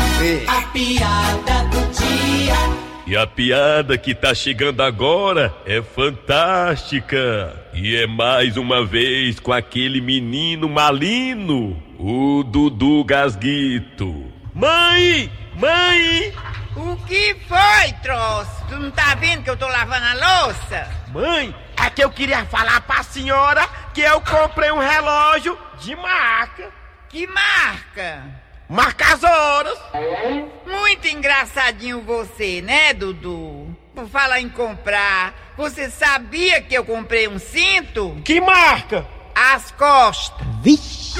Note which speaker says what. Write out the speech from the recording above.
Speaker 1: você.
Speaker 2: A piada do dia.
Speaker 3: E a piada que tá chegando agora é fantástica. E é mais uma vez com aquele menino malino, o Dudu Gasguito. Mãe! Mãe!
Speaker 4: O que foi, troço? Tu não tá vendo que eu tô lavando a louça?
Speaker 3: Mãe! É que eu queria falar pra senhora que eu comprei um relógio de marca.
Speaker 4: Que marca!
Speaker 3: Marca as horas.
Speaker 4: Muito engraçadinho você, né, Dudu? Por falar em comprar, você sabia que eu comprei um cinto?
Speaker 3: Que marca?
Speaker 4: As costas.
Speaker 1: Vixe!